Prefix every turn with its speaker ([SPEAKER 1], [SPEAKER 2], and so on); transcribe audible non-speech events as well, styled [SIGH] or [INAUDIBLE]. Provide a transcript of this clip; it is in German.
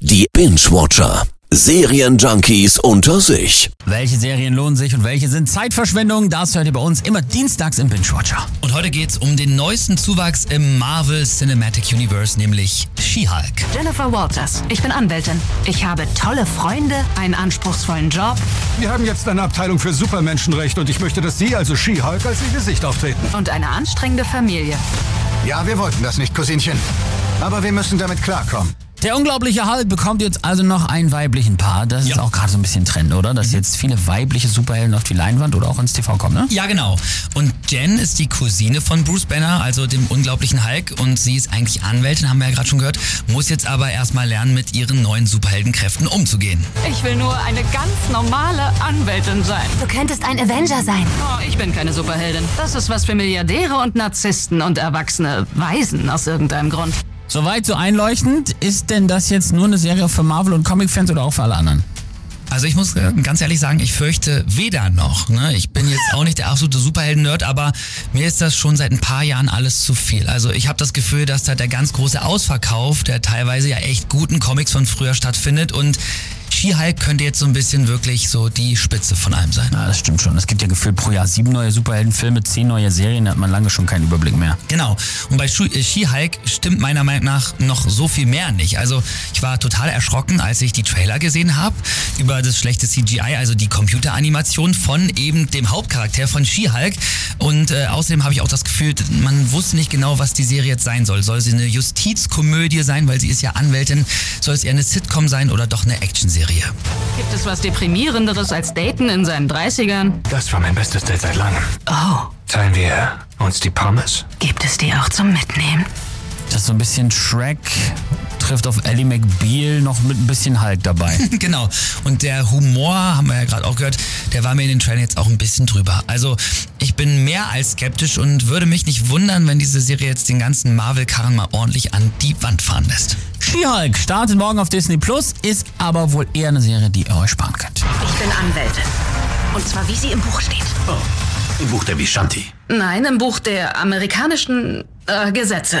[SPEAKER 1] Die Binge-Watcher. Serienjunkies unter sich.
[SPEAKER 2] Welche Serien lohnen sich und welche sind Zeitverschwendung? Das hört ihr bei uns immer dienstags im Binge Watcher.
[SPEAKER 3] Und heute geht's um den neuesten Zuwachs im Marvel Cinematic Universe, nämlich She-Hulk.
[SPEAKER 4] Jennifer Walters. Ich bin Anwältin. Ich habe tolle Freunde, einen anspruchsvollen Job
[SPEAKER 5] Wir haben jetzt eine Abteilung für Supermenschenrecht und ich möchte, dass Sie, also She-Hulk, als Ihr Gesicht auftreten.
[SPEAKER 4] und eine anstrengende Familie.
[SPEAKER 6] Ja, wir wollten das nicht, Cousinchen. Aber wir müssen damit klarkommen.
[SPEAKER 2] Der unglaubliche Hulk bekommt jetzt also noch einen weiblichen Part. Das ist
[SPEAKER 3] Ja. Mhm.
[SPEAKER 2] auch gerade so ein bisschen Trend, oder? Dass jetzt viele weibliche Superhelden auf die Leinwand oder auch ins TV kommen, ne?
[SPEAKER 3] Ja, genau. Und Jen ist die Cousine von Bruce Banner, also dem unglaublichen Hulk. Und sie ist eigentlich Anwältin, haben wir ja gerade schon gehört, muss jetzt aber erstmal lernen, mit ihren neuen Superheldenkräften umzugehen.
[SPEAKER 7] Ich will nur eine ganz normale Anwältin sein.
[SPEAKER 4] Du könntest ein Avenger sein.
[SPEAKER 7] Oh, ich bin keine Superheldin. Das ist was für Milliardäre und Narzissten und erwachsene Waisen aus irgendeinem Grund.
[SPEAKER 2] Soweit so einleuchtend. Ist denn das jetzt nur eine Serie für Marvel und Comic-Fans oder auch für alle anderen?
[SPEAKER 3] Also ich muss äh, ganz ehrlich sagen, ich fürchte weder noch. Ne? Ich bin jetzt auch nicht der absolute Superhelden-Nerd, aber mir ist das schon seit ein paar Jahren alles zu viel. Also ich habe das Gefühl, dass da der ganz große Ausverkauf der teilweise ja echt guten Comics von früher stattfindet und She-Hulk könnte jetzt so ein bisschen wirklich so die Spitze von allem sein.
[SPEAKER 2] Ja, das stimmt schon. Es gibt ja gefühlt pro Jahr sieben neue Superheldenfilme, zehn neue Serien. Da hat man lange schon keinen Überblick mehr.
[SPEAKER 3] Genau. Und bei Schu- äh, She-Hulk stimmt meiner Meinung nach noch so viel mehr nicht. Also ich war total erschrocken, als ich die Trailer gesehen habe über das schlechte CGI, also die Computeranimation von eben dem Hauptcharakter von She-Hulk. Und äh, außerdem habe ich auch das Gefühl, man wusste nicht genau, was die Serie jetzt sein soll. Soll sie eine Justizkomödie sein, weil sie ist ja Anwältin? Soll es eher eine Sitcom sein oder doch eine Actionserie?
[SPEAKER 7] Gibt es was Deprimierenderes als Daten in seinen 30ern?
[SPEAKER 6] Das war mein bestes Date seit langem.
[SPEAKER 7] Oh,
[SPEAKER 6] Teilen wir uns die Pommes?
[SPEAKER 7] gibt es die auch zum Mitnehmen?
[SPEAKER 2] Das ist so ein bisschen Shrek trifft auf Ellie McBeal noch mit ein bisschen Hulk dabei.
[SPEAKER 3] [LAUGHS] Genau. Und der Humor, haben wir ja gerade auch gehört, der war mir in den Trailern jetzt auch ein bisschen drüber. Also ich bin mehr als skeptisch und würde mich nicht wundern, wenn diese Serie jetzt den ganzen Marvel-Karren mal ordentlich an die Wand fahren lässt.
[SPEAKER 2] She-Hulk startet morgen auf Disney Plus, ist aber wohl eher eine Serie, die ihr euch sparen könnt.
[SPEAKER 8] Ich bin Anwältin. Und zwar wie sie im Buch steht.
[SPEAKER 1] Im Buch der Vishanti.
[SPEAKER 7] Nein, im Buch der amerikanischen äh, Gesetze.